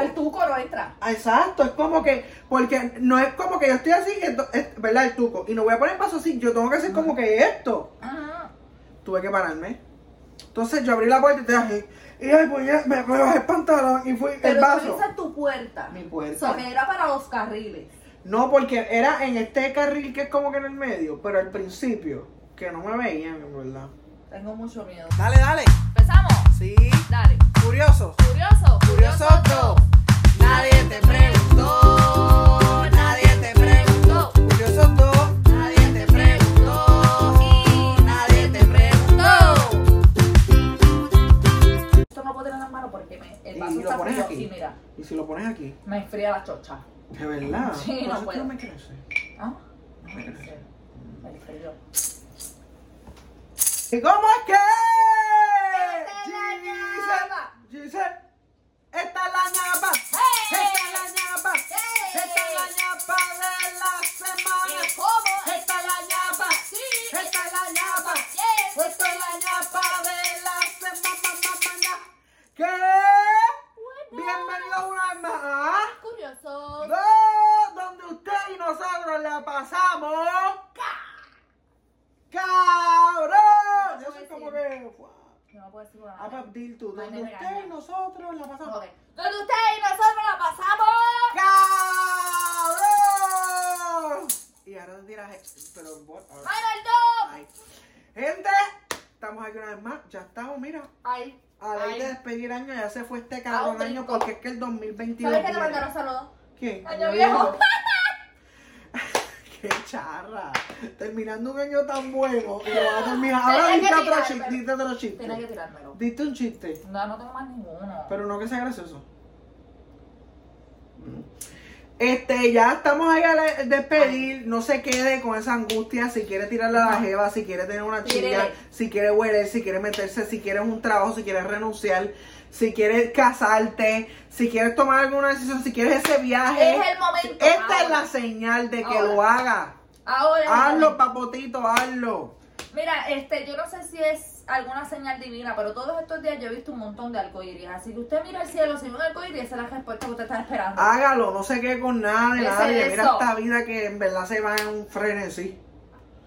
el tuco no entra. Ah, Exacto, es como que, porque no es como que yo estoy así, ento- es- ¿verdad? El tuco. Y no voy a poner paso así, yo tengo que hacer como que esto. Ah, Tuve que pararme. Entonces yo abrí la puerta y te dije, y ay, pues ya, me, me bajé el pantalón y fui el pero vaso. tú dices tu puerta. Mi puerta. O sea, que era para los carriles. No, porque era en este carril que es como que en el medio, pero al principio, que no me veían, en verdad. Tengo mucho miedo. Dale, dale. ¿Empezamos? Sí, Dale. curioso. Curioso. Curioso dos. Nadie te preguntó, nadie te preguntó. Curioso dos, nadie te preguntó, nadie te preguntó. Esto no puedo tener en las manos porque me, el Y vaso lo está pones frío. aquí. Sí, mira, ¿Y si lo pones aquí? me enfría la chocha. De verdad. Sí, Por no eso es que puedo. no me crece. ¿Ah? No me dice. Me frío. ¿Y cómo es que? ñapa. Giselle, Giselle, esta es la ñapa, ¡Hey! esta es la ñapa, esta es la ñapa de la semana. ¿Cómo? Esta es la ñapa, Sí. esta es la ñapa, Yes. esta es la ñapa de la semana. ¿Qué? Bienvenido una vez más a Curioso. Do- donde usted y nosotros la pasamos. ¡Cabrón! Yo soy como que. Yo no puedo decir A nada. partir tú, Ay, me donde usted regaña. y nosotros la pasamos. Ok. Donde usted y nosotros la pasamos. ¡Cabrón! Y ahora te tiras. eh, Pero bueno, ahora- ¡Mano el top! ay. Gente, estamos aquí una vez más. Ya estamos, mira. Ay. A la Ay. ley de despedir año, ya se fue este cabrón Ah, un año trinco. porque es que el 2022. ¿Sabes que te viene. mandaron saludos? ¿Quién? Año viejo. ¡Qué charra! Terminando un año tan bueno y lo vas a terminar. Ahora Tenía diste que otro tirar, chiste. pero- Diste otro Tienes que chiste. tirármelo. Diste un chiste, No, no tengo más ninguno. pero no que sea gracioso. Este, ya estamos ahí a la- despedir. No se quede con esa angustia. Si quiere tirarle a la jeva, si quiere tener una chica, Tírele. si quiere huele, si quiere meterse, si quiere un trabajo, si quiere renunciar, si quiere casarte, si quieres tomar alguna decisión, si quieres ese viaje. Es el momento. Esta es Ahora. la Ah, señal de que Ahora. lo haga. Ahora. es el Hazlo, momento. papotito, hazlo. Mira, este, yo no sé si es alguna señal divina, pero todos estos días yo he visto un montón de arcoíris. Así que usted mira el cielo, si ve un arcoíris, esa es la respuesta que usted está esperando. Hágalo, no se quede con nada de ¿Qué es nadie. Mira eso? esta vida que en verdad se va en un frenesí.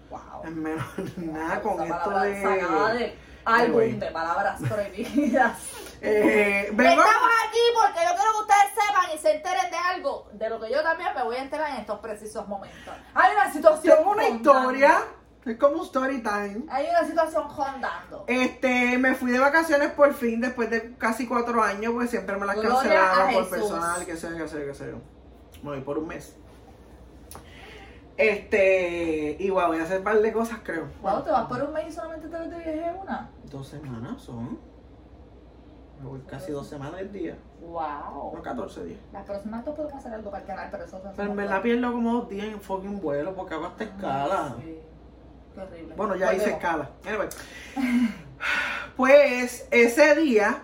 Wow. Es menos nada con Esa esto palabra sacada de. de álbum bueno. de palabras prohibidas. Eh, vengo- Estamos aquí porque yo quiero que ustedes sepan y se enteren de algo de lo que yo también me voy a enterar en estos precisos momentos. Hay una situación. Tengo una rondando. historia. Es como un story time. Hay una situación rondando. Este, me fui de vacaciones por fin después de casi cuatro años, pues siempre me las Gloria cancelaban a por Jesús. personal, que sé, yo, que sé, yo, que sé. yo. Me voy por un mes. Este, y wow, voy a hacer un par de cosas, creo. Wow, te vas por un mes y solamente te te viajes una. Dos semanas son. Me voy casi dos semanas del día. No, Wow. 14 días. Las próximas dos podemos hacer algo para el canal, pero eso es Pero me la pierdo como dos días en fucking vuelo porque hago esta escala. Sí. Qué horrible. Bueno, ya Volvemos. hice escala. Anyway. Pues ese día,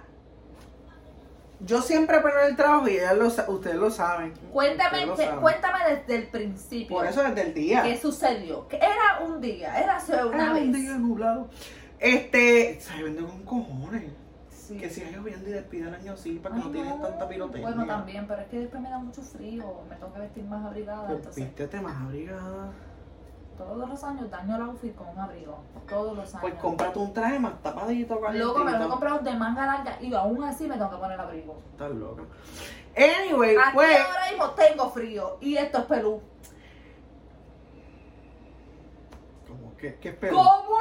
yo siempre pongo el trabajo y ya lo sa- ustedes lo saben. Cuéntame, Ustedes lo que- saben. cuéntame desde el principio. Por eso desde el día. ¿Qué sucedió? Que era un día, era solo una Era vez. un día nublado. Este, se vende con cojones. Sí. Que siga lloviendo y despida el año así para Pues que Ay, no tienen tanta pirotecnia. Bueno, también, pero es que después me da mucho frío, me tengo que vestir más abrigada, Pues entonces vístete más abrigada. todos los años daño el outfit con un abrigo, todos los años. Pues cómprate un traje más tapadito, Luego me lo he calientito. comprado de manga larga y aún así me tengo que poner el abrigo. Estás loca. Anyway, Aquí pues. ahora mismo tengo frío y esto es pelú. Como que, ¿Qué es pelo? ¿Cómo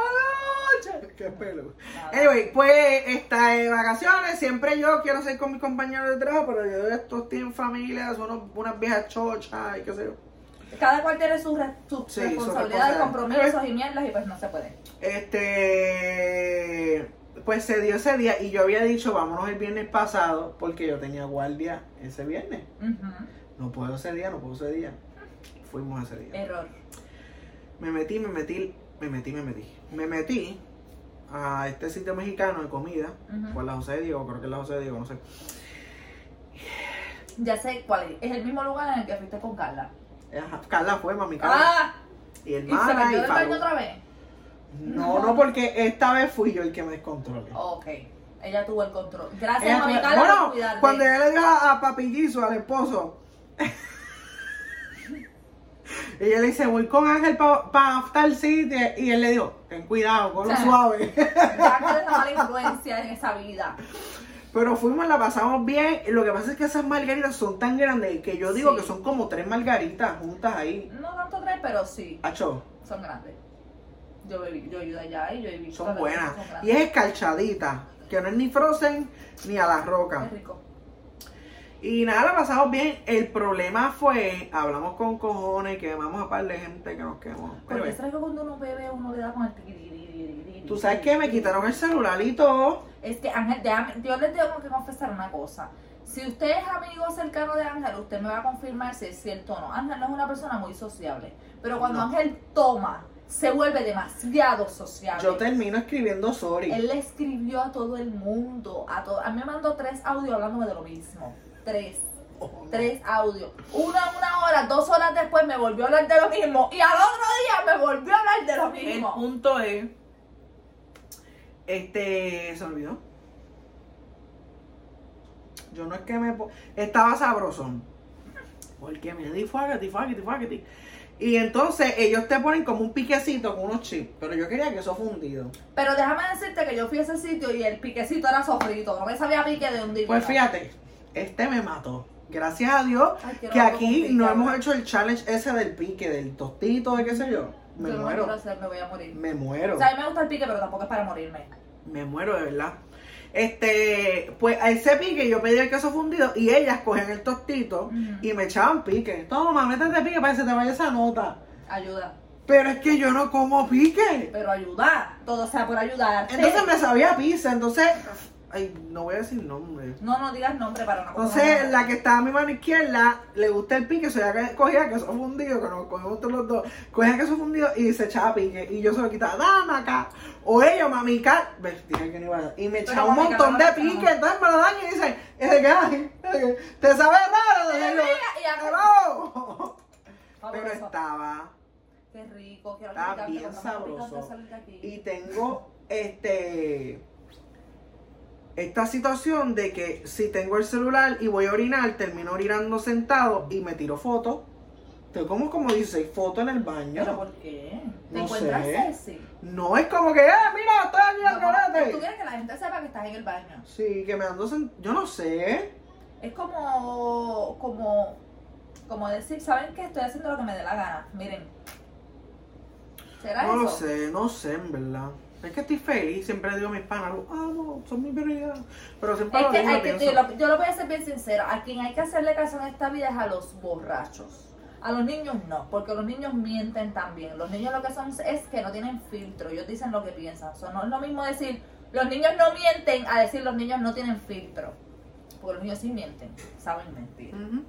es? ¿Qué es pelo? Nada. Anyway, pues está de vacaciones. Siempre yo quiero ser con mis compañeros de trabajo, pero yo de estos tienen familia, son unos- unas viejas chochas y qué sé yo. Cada cual tiene sus re- sus Sí, sus responsabilidades, responsabilidades. compromisos y mierdas y pues no se puede. Este. Pues se dio ese día y yo había dicho, vámonos el viernes pasado, porque yo tenía guardia ese viernes. Ujú. No puedo ese día, no puedo ese día. Fuimos ese día. Error. Me metí, me metí, me metí, me metí. Me metí a este sitio mexicano de comida. Ujú. Por la José de Diego, creo que es la José de Diego, no sé. Ya sé cuál es. Es el mismo lugar en el que fuiste con Carla. Ajá, Carla fue, mami Carla. ¡Ah! ¿Y y se hermana y, metió del Faru. baño otra vez? No, no, porque esta vez fui yo el que me descontrolé. Ok. Ella tuvo el control. Gracias Ella a mi tuvo- Oh, Carla por bueno, cuidarte. cuando ella le dio a, a Papillizo, al esposo, ella le dice, voy con Ángel para tal sitio, y él le dijo, ten cuidado, con lo Sí. suave. Ya que eres una mala influencia en esa vida. Pero fuimos, la pasamos bien, y lo que pasa es que esas margaritas son tan grandes que yo digo Sí. que son como tres margaritas juntas ahí. No tanto tres, pero sí. Acho, Son grandes. Yo bebí, yo he ido allá y yo he visto. son que buenas. son Y grandes. es escarchadita, que no es ni frozen ni a la roca. Es rico. Y nada, la pasamos bien. El problema fue, hablamos con cojones, que vamos a par de gente que nos quemó. Pero, Porque es que cuando uno bebe, uno le da con el tiquiriririririr. Tú sabes que me quitaron el celular y todo. Es que Ángel, déjame- yo les tengo que confesar una cosa. Si usted es amigo cercano de Ángel, usted me va a confirmar si es cierto o no. Ángel no es una persona muy sociable. Pero cuando No. Ángel toma, se vuelve demasiado sociable. Yo termino escribiendo sorry. Él le escribió a todo el mundo. A, todo, a mí me mandó tres audios hablándome de lo mismo. Tres. Tres audios. Uno en una hora, dos horas después me volvió a hablar de lo mismo. Y al otro día me volvió a hablar de lo El mismo. punto es. Este. Se olvidó. Yo no es que me. po- Estaba sabrosón. Porque me di fuáquete, fuáquete, fuáquete. Y entonces ellos te ponen como un piquecito con unos chips. Pero yo quería que eso fundido. Pero déjame decirte que yo fui a ese sitio y el piquecito era sofrito. No me sabía pique de un día. Pues fíjate, este me mató. Gracias a Dios Ay, quiero que algo aquí con no pique, hemos ahora. hecho el challenge ese del pique, del tostito, de qué sé yo. Me yo no lo quiero muero. hacer, me voy a morir. Me muero. O sea, a mí me gusta el pique, pero tampoco es para morirme. Me muero de verdad. Este, pues a ese pique yo pedí el queso fundido y ellas cogían el tostito Ujú. y me echaban pique. Toma, métete pique para que se te vaya esa nota. Ayuda. Pero es que yo no como pique. Pero ayudar. Todo sea por ayudar. Entonces me sabía pizza, entonces, ay, no voy a decir nombre. No, no digas nombre para no Entonces, la que estaba a mi mano izquierda, le gusta el pique, soy que cogía queso fundido, que nos cogimos todos los dos, cogía queso fundido y se echaba pique. Y yo se lo quitaba, dame acá. O ellos, mamica, ves, dije que no iba a dar. Y me echaba un mamica, montón no de lo pique, echaba. entonces me lo dan y dicen, ese que hay, ese que- te sabe raro. Mira, Y yo, y acá- "Hello". Pero Fabuloso. estaba, Qué rico, quiero Está explicarte bien cuando me explico sabroso. antes de salir de aquí. y tengo este. Esta situación de que si tengo el celular y voy a orinar, termino orinando sentado y me tiro fotos. Tengo como, como 16 fotos en el ¿Pero baño. por qué? ¿Te No encuentras sé. sexy? No es como que, eh, mira, estoy aquí al ¿Tú garete. quieres que la gente sepa que estás en el baño? Sí, que me ando sentado. Yo no sé. Es como, como, como decir, ¿saben qué? Estoy haciendo lo que me dé la gana. Miren. ¿Será No eso? lo sé, no sé, en verdad. Es que estoy feliz, siempre digo a mis panas, los amo, son mi prioridad. Pero siempre Es lo que, digo, hay lo que- pienso. yo, lo, yo lo voy a ser bien sincera. A quien hay que hacerle caso en esta vida es a los borrachos. A los niños no, porque los niños mienten también. Los niños lo que son es que no tienen filtro. Ellos dicen lo que piensan. So, no es lo mismo decir los niños no mienten a decir los niños no tienen filtro. Porque los niños sí mienten, saben mentir. Ujú.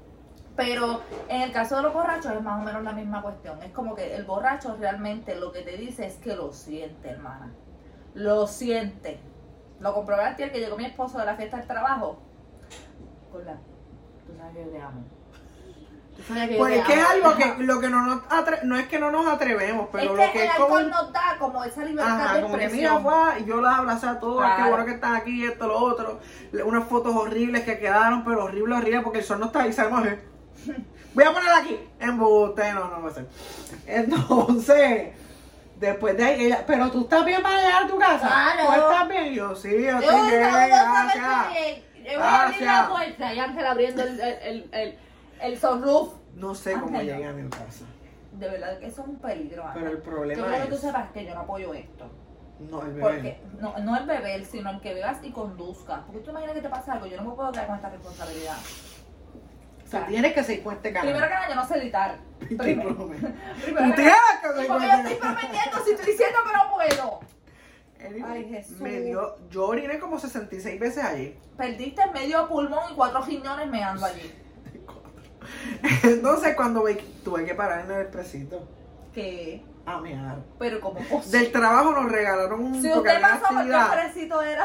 Pero en el caso de los borrachos es más o menos la misma cuestión. Es como que el borracho realmente lo que te dice es que lo siente, hermana. Lo siente. Lo comprobé ayer que llegó mi esposo de la fiesta del trabajo. Hola, tú sabes que yo te amo. Tú sabes que yo Pues te es que es amo. algo Ajá. que, lo que no, nos atre- no es que no nos atrevemos, pero es lo que, que el es como... alcohol nos da como esa libertad Ajá, de como que expresión. mira, guau, y yo las abracé a todas, qué Claro. bueno que están aquí, esto, lo otro. Le- Unas fotos horribles que quedaron, pero horrible, horrible, porque el sol no está ahí, sabemos eh. Voy a poner aquí, embuste, no, no va a ser. Entonces, después de ahí, ella, pero tú estás bien para llegar a tu casa. Claro. ¿Tú estás bien? Yo sí, yo Yo, estoy bien, no, no, no, gracias. bien. Eh, Yo voy a abrir Gracias. la puerta y Ángel abriendo el, el, el, el, el sunroof. No sé cómo Ángel. llegué a mi casa, De verdad que eso es un peligro. Ángel. pero el Yo problema creo que tú es... sepas que yo no apoyo esto. No, el bebé. Porque, no, no el beber, sino el que bebas y conduzcas. Porque tú imaginas que te pasa algo, yo no me puedo quedar con esta responsabilidad. Tú O sea, tienes que seguir con este canal. primero que nada, yo no sé editar. Tú Primero, primero tienes que nada, que seguir porque con este yo canal. estoy prometiendo, si estoy diciendo que no puedo. Ay, Jesús. Me dio, yo oriné como 66 veces allí. Perdiste medio pulmón y cuatro riñones me ando allí. Entonces cuando ve- tuve que parar en el expresito Que, a mear. pero como cosa. Del trabajo nos regalaron un Si porque usted había pasó porque el actividad. fresito era.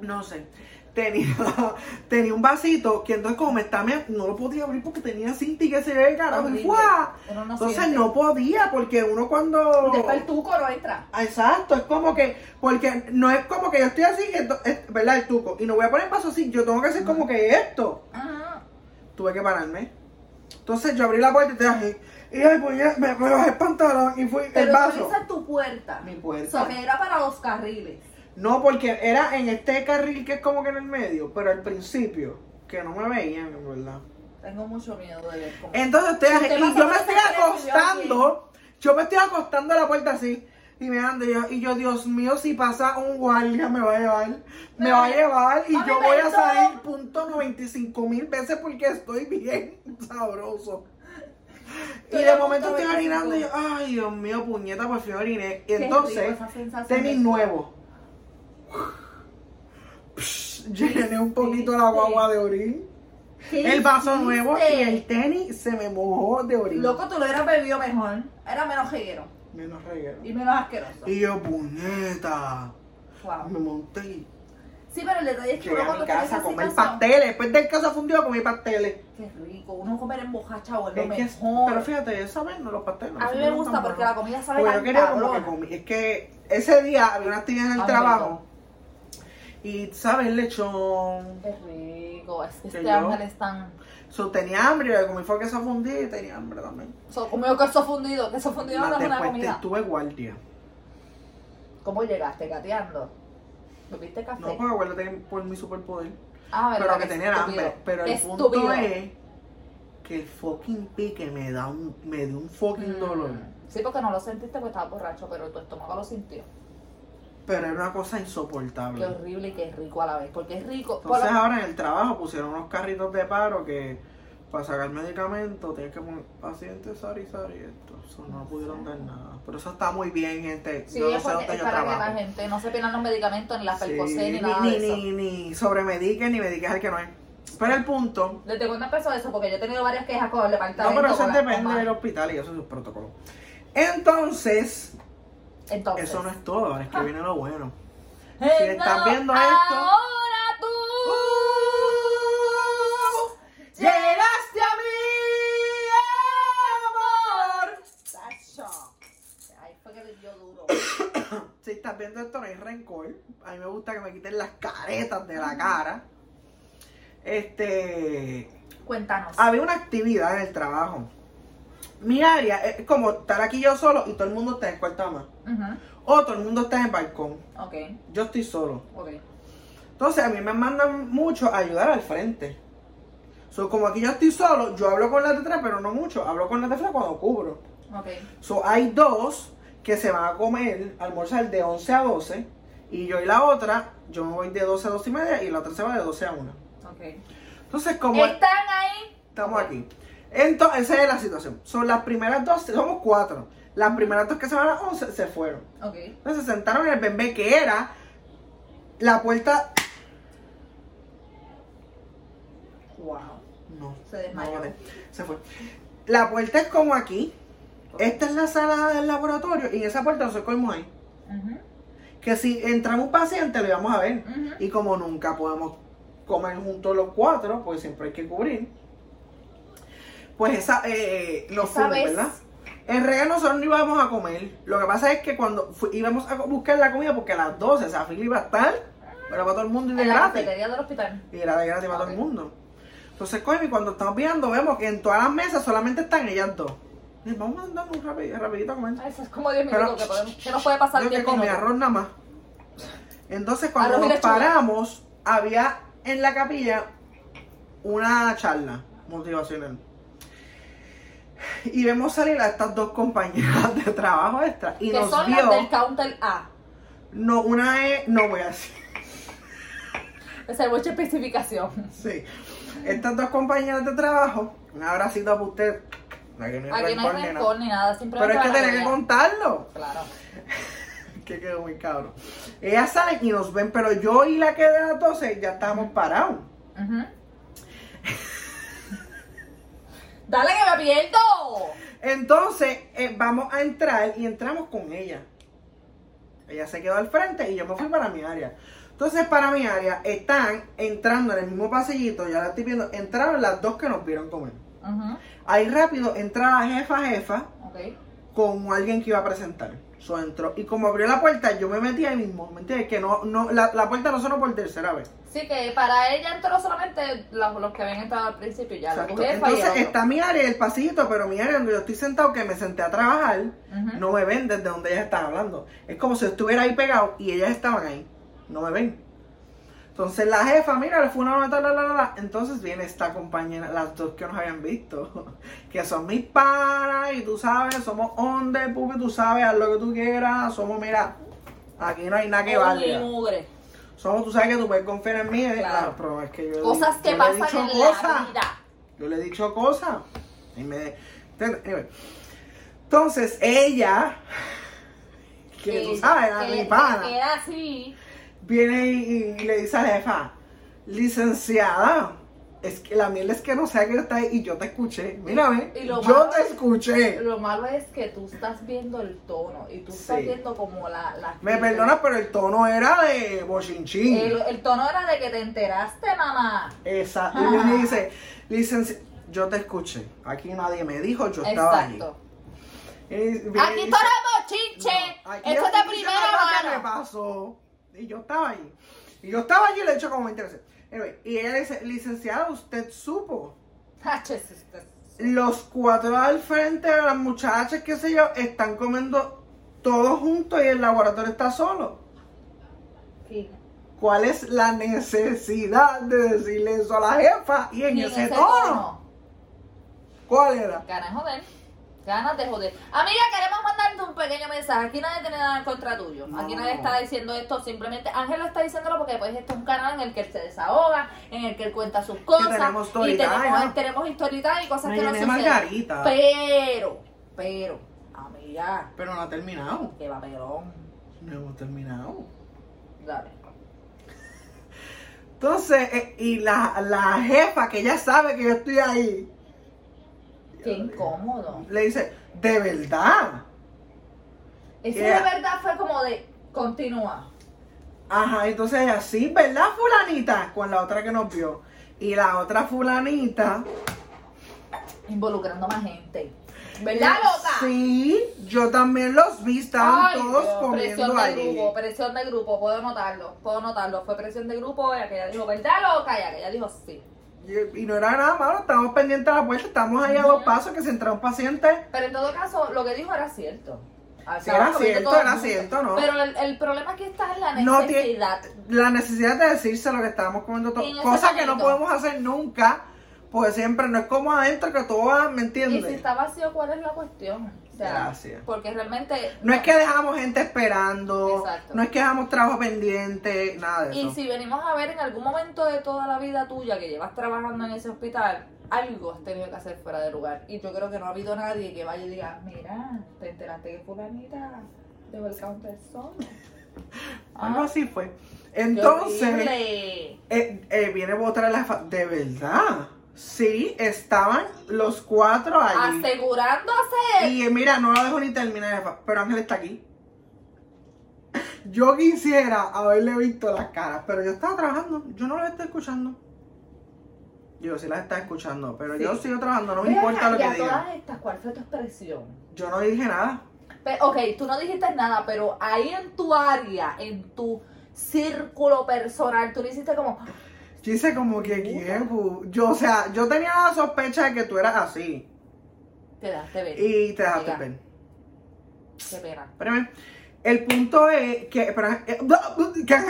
No sé. tenía, tenía un vasito que entonces como me está mea- no lo podía abrir porque tenía cinta y que se ve el carajo y Horrible. ¡fua! Uno no Entonces siente. no podía porque uno cuando... Después el tuco no entra. Ah, Exacto, es como que, porque no es como que yo estoy así, ento- es- ¿verdad? El tuco, y no voy a poner paso así, yo tengo que hacer como que esto. Ajá. Tuve que pararme. Entonces yo abrí la puerta y te dije, y ay, pues ya, me, me bajé el pantalón y fui el Pero tú vaso. dices tu puerta. Mi O sea, puerta. que era para los carriles. No, porque era en este carril que es como que en el medio, pero al principio, que no me veían, en verdad. Tengo mucho miedo de ver cómo. Entonces usted, Usted y pasa yo me por estoy esa área que yo acostando, yo me estoy acostando a la puerta así, y me ando yo, y yo, Dios mío, si pasa un guardia me va a llevar, me Me va a va- llevar, y ¡Mami, yo voy a perdón! salir punto 95 mil veces porque estoy bien sabroso. Y Estoy de a momento punto estoy 25. orinando y yo, ay Dios mío, puñeta, por fin oriné. Y Qué rico entonces, esa sensación tenis de- nuevo. Psh, Llené un poquito la guagua de orín. ¿Qué El vaso nuevo y hiciste? el tenis se me mojó de orina. Loco, tú lo hubieras bebido mejor. Era menos jeguero Menos reguero. y menos asqueroso. Y yo, puñeta. Wow. Me monté. Sí, pero el detalle es que uno Llegué a mi cuando está en casa esa a comer situación- pasteles. Después del caso fundido comí pasteles. Qué rico, uno comer en bocacha o es lo Es que- mejor. pero fíjate, esa vez no los pasteles. no a mí son me tan gusta buenos. porque la comida sabe Porque tan Pues yo quería como que cabrona. comí. Es que ese día había una actividad en el Ah, trabajo. Y, ¿sabes? Lechón. Qué rico, es que Que este yo- ángel es tan... So, tenía hambre. Yo comí fue queso fundido y tenía hambre también. So, comió queso fundido, queso fundido Más no es una después te comida. estuve guardia. ¿Cómo llegaste gateando? ¿Bebiste café? No, porque acuérdate que por mi superpoder. ah, verdad, pero que qué tener estúpido. hambre. Pero Qué el punto estúpido. es que el fucking pique me da un, me dio un fucking Mm. dolor. Sí, porque no lo sentiste porque estaba borracho, pero tu estómago lo sintió. Pero era una cosa insoportable. Qué horrible y qué rico a la vez, porque es rico. por lo- Mm. Entonces ah, ahora en el trabajo pusieron unos carritos de paro que para sacar medicamento tienes que poner paciente, sorry, sorry, esto. Eso no pudieron dar nada. Pero eso está muy bien, gente. Sí, yo no es, sé porque- dónde es yo para que la trabajo. gente no se pierdan los medicamentos, ni las Sí, percocet, ni, ni nada ni, de eso. ni, ni sobremediques ni mediques al que no es. Pero el punto ¿Desde cuándo empezó eso? Porque yo he tenido varias quejas con el No, departamento. pero eso con las depende comadres. del hospital y eso es un protocolo. Entonces, Entonces, eso no es todo, ahora es que viene lo bueno. Eh, si están no, viendo esto- Ahora tú Llegaste a mí, amor. Tacho. Ahí fue que le dio duro. Si estás viendo esto, no hay rencor. A mí me gusta que me quiten las caretas de la cara. Este. Cuéntanos. Había una actividad en el trabajo. Mi área es como estar aquí yo solo y todo el mundo está en el cuarto más. Ujú, O todo el mundo está en el balcón. Ok, Yo estoy solo. ok. Entonces a mí me mandan mucho a ayudar al frente. So, como aquí yo estoy solo, yo hablo con la de atrás, pero no mucho. Hablo con la de atrás cuando cubro. Ok. So, hay dos que se van a comer, almorzar de 11 a 12. Y yo y la otra, yo me voy de 12 a 12 y media y la otra se va de 12 a 1. Ok. Entonces, como ¿Están ahí? estamos aquí. Entonces, esa es la situación. Son las primeras dos, somos cuatro. Las primeras dos que se van a las 11 se fueron. Ok. Entonces se sentaron en el bembé que era la puerta Wow. No. Se desmayó. no, no, se fue. La puerta es como aquí. Esta es la sala del laboratorio y en esa puerta nosotros como ahí. Ujú, Que si entramos un paciente lo íbamos a ver. ujú. Y como nunca podemos comer juntos los cuatro, pues siempre hay que cubrir. Pues esa, eh, eh, los Esa fuimos, vez- ¿verdad? En realidad nosotros no íbamos a comer. Lo que pasa es que cuando fu- íbamos a buscar la comida, porque a las 12, o sea, Phil iba a estar, pero para todo el mundo y de En la gratis. cafetería del hospital. Y era de gratis para Ok. todo el mundo. Entonces, coño, y cuando estamos viendo, vemos que en todas las mesas solamente están ellas dos. Y vamos a andar un rapi- rapidito a comer. Ah, Eso es como 10 Pero- minutos que, podemos, que nos puede pasar Yo 10 que comí minutos. arroz nada más. Entonces, cuando Arroz y nos lechuga. paramos, había en la capilla una charla motivacional. Y vemos salir a estas dos compañeras de trabajo extra. Y que nos son vio. las del counter A. No, una es. No voy a decir. Esa es mucha especificación. Sí. Estas dos compañeras de trabajo, un abracito para usted. Aquí no hay Aquí no rencor hay ni nada. rencor ni nada, Pero simplemente es van que a tenés que pelear. contarlo. Claro. Que quedó muy cabrón. Ellas salen y nos ven, pero yo y la que de las 12 ya estábamos parados. Ujú. Dale que me pierdo. Entonces, eh, vamos a entrar y entramos con ella. Ella se quedó al frente y yo me fui para mi área. Entonces, para mi área, están entrando en el mismo pasillito, ya la estoy viendo, entraron las dos que nos vieron comer. Ujú, Ahí rápido entra la jefa jefa ok. con alguien que iba a presentar. So, entró. Y como abrió la puerta, yo me metí ahí mismo, ¿me entiendes? Que no, no, la, la puerta no sonó por tercera vez. Sí, que para ella entró solamente los, los que habían entrado al principio, ya la Exacto. jefa y el Entonces otro. está mi área, el pasillito, pero mi área donde yo estoy sentado, que me senté a trabajar, Ujú. no me ven desde donde ellas están hablando. Es como si yo estuviera ahí pegado y ellas estaban ahí. No me ven. Entonces la jefa, mira, le fue una nota, la, la, la, la. Entonces viene esta compañera, las dos que nos habían visto, que son mis panas y tú sabes, somos on the pupi, tú sabes, haz lo que tú quieras, somos, mira, aquí no hay nada que Uy, valga. mugre. Somos, tú sabes que tú puedes confiar en mí, eh, Claro. la prueba es que yo, Cosas que yo le he pasan dicho en la cosas. vida. Yo le he dicho cosas. Y me. anyway. Entonces, ella. Que tú sabes, la que- mi que pana. Era así. Viene y, y le dice a la jefa: Licenciada, es que la miel es que no sé que yo está ahí y yo te escuché. Mírame. Y lo yo malo te es- escuché. Lo malo es que tú estás viendo el tono y tú estás Sí. viendo como la... la Me perdonas, pero el tono era de bochinchín. El, el tono era de que te enteraste, mamá. Exacto. Ah. Y viene y dice: Licenciada, yo te escuché. Aquí nadie me dijo, yo estaba ahí. Exacto. Y viene y Aquí dice- tenemos chinche. No, aquí Esto es estoy de diciendo primera lo que mano. me pasó. Y yo estaba allí. Y yo estaba allí y le he hecho como me interesa. y ella le dice, licenciada, usted supo. Ah, chis, chis, chis. Los cuatro al frente de las muchachas, qué sé yo, están comiendo todos juntos y el laboratorio está solo. Sí. ¿Cuál es la necesidad de decirle eso a la jefa? Y en Y ese, tono. ¿Cuál era? Ganas de joder. Ganas de joder. Amiga, queremos mandarte un pequeño mensaje. Aquí nadie tiene nada en contra tuyo. Aquí No. nadie está diciendo esto. Simplemente Ángel lo está diciéndolo porque pues esto es un canal en el que él se desahoga, en el que él cuenta sus cosas. tenemos story y tenemos, time, ¿no? tenemos story time y cosas Me que no llené suceden. margarita. Pero, pero, amiga, Pero no ha terminado. qué papelón. No hemos terminado. Dale. Entonces, eh, y la, la jefa que ya sabe que yo estoy ahí, Qué incómodo. le dice, de verdad. Eso Yeah. de verdad fue como de continúa. Ajá, entonces ella, sí, ¿verdad, fulanita? Con la otra que nos vio. Y la otra fulanita. Involucrando más gente. ¿Verdad, loca? eh, Sí, yo también los vi, estaban Ay, todos Dios, comiendo presión de ahí. grupo, presión de grupo, puedo notarlo, puedo notarlo. Fue presión de grupo, y aquella dijo, ¿verdad loca? Y aquella dijo, sí. pues. Y, y no era nada malo, estábamos pendientes de la puerta, estamos ahí a dos pasos que se entra un paciente. Pero en todo caso, lo que dijo era cierto. Estaban Sí, era comiendo cierto, todo el era mundo. cierto, ¿no? Pero el, el problema aquí está en la No tiene- necesidad. La necesidad de decirse lo que estábamos comiendo Y en todos, ese cosa que no momento. podemos hacer nunca, porque siempre no es como adentro que todo va, ¿me y entiendes? si está vacío, ¿cuál es la cuestión? O sea, Gracias. Porque realmente... No es que dejamos gente esperando, Exacto. no es que dejamos trabajo pendiente, nada de Y eso. si venimos a ver en algún momento de toda la vida tuya que llevas trabajando en ese hospital, algo has tenido que hacer fuera de lugar. Y yo creo que no ha habido nadie que vaya y diga, mira, te enteraste que fulanita dejó el counter solo. Algo así fue. Ah, qué Entonces, horrible. eh, eh, viene otra la fa- de verdad. Sí, estaban los cuatro allí. asegurándose. Y eh, mira, no la dejo ni terminar, jefa, pero Ángel está aquí. Yo quisiera haberle visto las caras, pero yo estaba trabajando, yo no las estoy escuchando. Yo sí las estaba escuchando, pero Sí. yo sigo trabajando, no me Ven importa acá, lo y que a digan. todas estas, ¿cuál fue tu expresión? Yo no dije nada. Pe- ok, tú no dijiste nada, pero ahí en tu área, en tu círculo personal, tú le hiciste como, Yo hice como que ¿quién, pu? Yo, o sea, yo tenía la sospecha de que tú eras así. te dejaste ver. Y te dejaste Mira. ver. Qué pena. Espérame. El punto es que. espera, eh, que-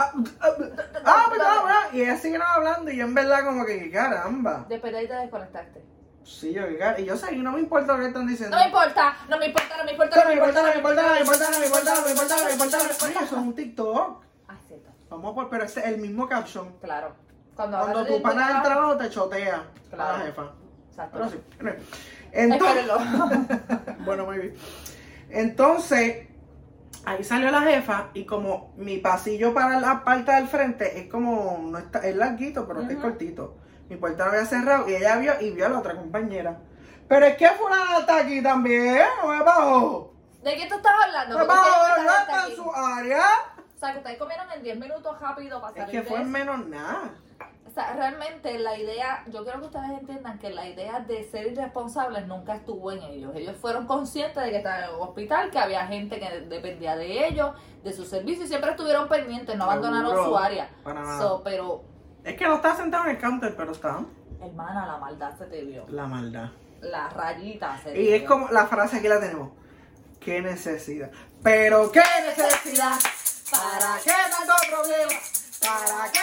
Ah, pues, ah, bueno, Y ella sigue hablando. Y yo en verdad como que "¿Qué caramba. Después de ahí te desconectaste. Sí, yo "¿Qué car-?" Y yo seguí, no me importa lo que están diciendo. No me importa, no me importa, no me importa, No me importa, no me importa, no me importa, no me importa, no me importa, no me importa, no me importa. Oye, eso es un TikTok. Ah, cierto, Vamos por, pero ese es el mismo caption. claro. Cuando, Cuando hablas de tu pana del trabajo- trabajo te chotea a Claro. la jefa. Exacto. Pero sí. Entonces, bueno, muy bien. Entonces, ahí salió la jefa y como mi pasillo para la parte del frente es como, no está, es larguito, pero es Ujú. cortito. Mi puerta la había cerrado y ella vio y vio a la otra compañera. Pero es que fulana está aquí también, no me bajo. ¿De qué tú estás hablando? No me Porque bajo, ustedes Pues no están está en aquí. su área. O sea, que ustedes comieron en 10 minutos rápido para Es salir que de fue eso. menos nada. O sea, realmente la idea, yo quiero que ustedes entiendan que la idea de ser irresponsables nunca estuvo en ellos. Ellos fueron conscientes de que estaban en un hospital, que había gente que dependía de ellos, de su servicio, y siempre estuvieron pendientes, no abandonaron Seguro. su área. Para nada. So, pero, Es que no estaba sentado en el counter, pero estaba hermana, la maldad se te vio. la maldad. La rayita se te Y es vio. como la frase aquí la tenemos. Qué necesidad. Pero qué ¿Qué necesidad. necesidad? ¿Para ¿Para qué qué? tanto problema? ¿Para qué?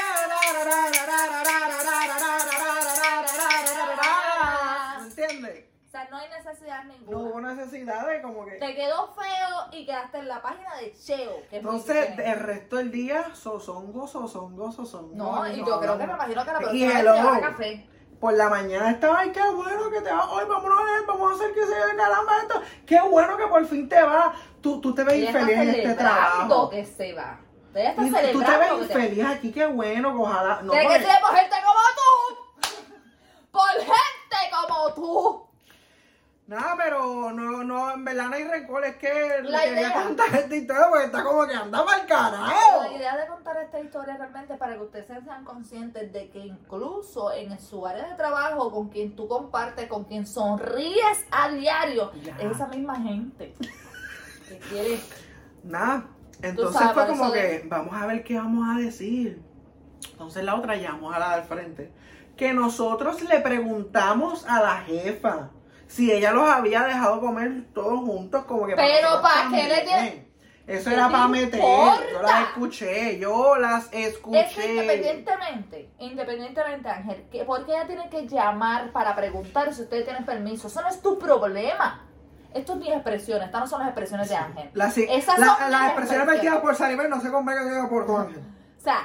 ¿Me entiendes? O sea, no hay necesidad No hubo ninguna. necesidades como que... Te quedó feo y quedaste en la página de Cheo. Que es muy Entonces, diferente. el resto del día, sozongo, sozongo, sozongo. No, y yo creo que me imagino que la Y próxima vez hello. llevará café. Por la mañana estaba, ay, qué bueno que te vas hoy, vámonos a ver, vamos a hacer que se vea caramba esto. Qué bueno que por fin te vas. Tú, tú te ves Ella está infeliz en este celebrando trabajo. que se va. Ella está Y tú te ves celebrando que se va. infeliz aquí, qué bueno, que ojalá. No, Tiene que porque- ser por gente como tú. Por gente como tú. Nada, pero no, no, en verdad no hay rencor, es que le La quería idea- contar esta historia porque está como que anda para La el carajo. idea de contar esta historia realmente es para que ustedes sean conscientes de que incluso en su área de trabajo, con quien tú compartes, con quien sonríes a diario, Ya. es esa misma gente. que quiere Nada, entonces sabes, fue por como eso de- que, vamos a ver qué vamos a decir. Entonces la otra llamó a la del frente, que nosotros le preguntamos a la jefa si ella los había dejado comer todos juntos, como que Pero nosotros ¿para qué le también. Eso ¿Qué era te para meter, yo importa? las escuché, yo las Es que escuché. independientemente, independientemente, Ángel, que, ¿por qué ella tiene que llamar para preguntar si ustedes tienen permiso? Eso no es tu problema. Esto es mis expresiones, estas no son las expresiones de Ángel. Las, Esas la- son las mis expresiones vertidas por Saribel no se convierten por Juan. O sea,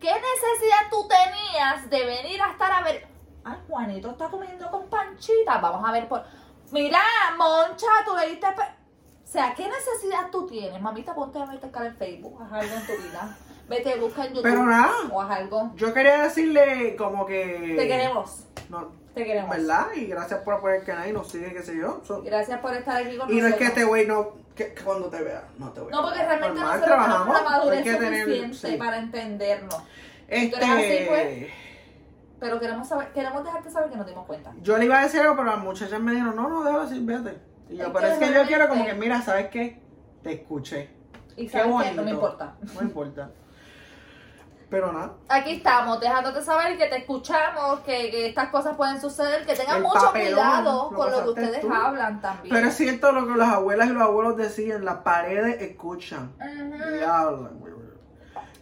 ¿qué necesidad tú tenías de venir a estar a ver? Ay, Juanito está comiendo con panchita. Vamos a ver por. Mira, Moncha, tú le diste. pe- O sea, ¿qué necesidad tú tienes? Mamita, ponte a verte cara en Facebook, haz algo en tu vida. Vete, busca en YouTube. Pero nada. O haz algo. Yo quería decirle como que... Te queremos. No, Te queremos. ¿verdad? Y gracias por apoyar el canal y nos sigue, qué sé yo. So- Gracias por estar aquí con y no es nosotros. que este güey no... Que, que cuando te vea, no te vea. No, porque realmente Normal, nosotros tenemos trabajamos, la madurez hay que tener- suficiente sí. para entendernos. Este... eres así, pues. Pero queremos saber, queremos dejarte saber que nos dimos cuenta. Yo le iba a decir algo, pero las muchachas me dijeron, no, no, déjalo así, vete. Y yo, Es pero que es que yo quiero como realmente- que, mira, ¿sabes qué? Te escuché. Y Qué sabes bonito. que no me importa. No importa. Pero nada. Aquí estamos, dejándote saber que te escuchamos, que, que estas cosas pueden suceder, que tengan El mucho papelón, cuidado lo con lo que pasaste ustedes tú. hablan también. Pero es cierto lo que las abuelas y los abuelos decían, las paredes escuchan. Ujú. Y hablan, güey, güey.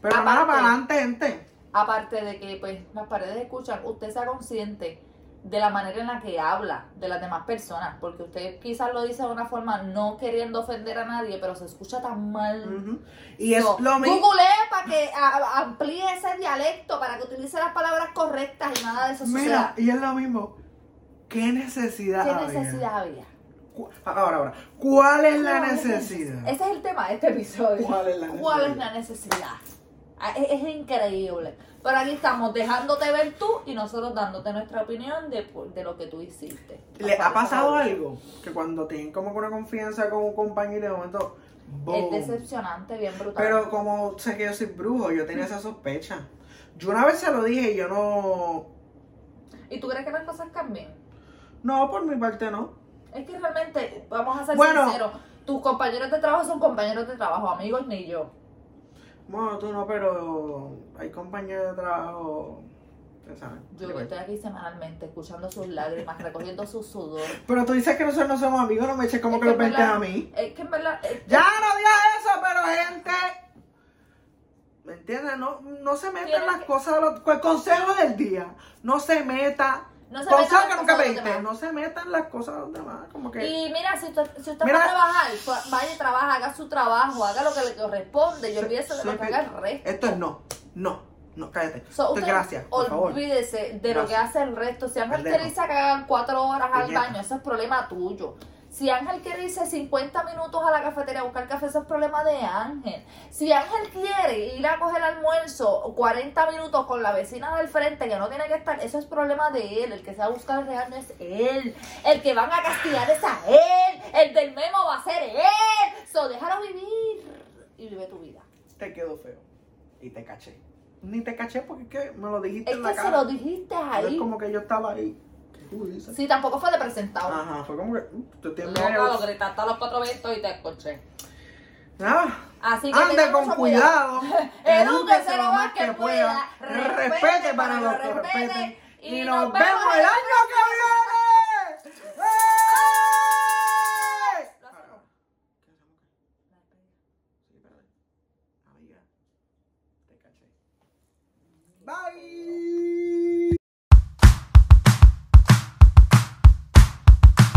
Pero Aparte- nada, para adelante, gente. Aparte de que pues las paredes escuchan, usted sea consciente de la manera en la que habla de las demás personas, porque usted quizás lo dice de una forma no queriendo ofender a nadie, pero se escucha tan mal. Ujú. Y es So, lo mismo. Mm. Google para que a- a- amplíe ese dialecto, para que utilice las palabras correctas y nada de eso Mira, suceda. y es lo mismo. ¿Qué necesidad ¿Qué había? necesidad había? Cu- Ahora, ahora. ¿Cuál es la necesidad? Ese es el tema de este episodio. ¿Cuál es la ¿Cuál es necesidad? la necesidad? Ah, Es, es increíble. Pero aquí estamos dejándote ver tú y nosotros dándote nuestra opinión de, por- de lo que tú hiciste. ¿Le ha pasado algo? Que cuando tienen como que una confianza con un compañero, de momento. Es boom. decepcionante, bien brutal. Pero como sé que yo soy brujo, yo tenía esa sospecha. Yo una vez se lo dije y yo no. ¿Y tú crees que las cosas cambien? No, por mi parte no. Es que realmente, vamos a ser Bueno. sinceros, tus compañeros de trabajo son compañeros de trabajo, amigos ni yo. Bueno, tú no, pero hay compañeros de trabajo. ustedes saben. Yo que estoy aquí semanalmente escuchando sus lágrimas, recogiendo su sudor. Pero tú dices que nosotros no somos amigos, no me eches como Es que que lo en penteas verdad- a mí. Es que en verdad, eh, es- Ya no digas eso, pero gente. ¿Me entiendes? No, no se metan Tienes las que- cosas. de los- el consejo del día. No se meta. No se consejo metan que las nunca cosas de los pediste. demás. No se metan las cosas de los demás. Como que. Y mira, si usted, si usted Mira. va a trabajar, pues vaya y trabaja, haga su trabajo, haga lo que le corresponde y olvídese de lo Soy que pi- haga el resto. Esto es no. No. No, cállate. So, Esto es usted gracias. Por favor. olvídese de lo que Gracias. hace el resto. Si Ángel Pendejo. quiere irse a cagar cuatro horas al Puñeta. baño, eso es problema tuyo. Si Ángel quiere irse 50 minutos a la cafetería a buscar café, eso es problema de Ángel. Si Ángel quiere ir a coger almuerzo 40 minutos con la vecina del frente que no tiene que estar, eso es problema de él. El que se va a buscar el regaño es él. El que van a castigar es a él. El del memo va a ser él. So, déjalo vivir y vive tu vida. te quedó feo. Y te caché. Ni te caché porque es que me lo dijiste Es en la que cara. se lo dijiste Pero es ahí. como que yo estaba ahí. ¿Qué tú dices? Sí, tampoco fue de presentado. Ajá, fue como que mm, tú tienes Loca, nervios. lo gritaste a los cuatro vientos y te escuché. Ah, Así que anda tenga con mucho cuidado. Edúquese lo más que pueda. Respete para los que respeten. Y nos vemos el año que viene. ¡Eh! Lo hacemos. Bye.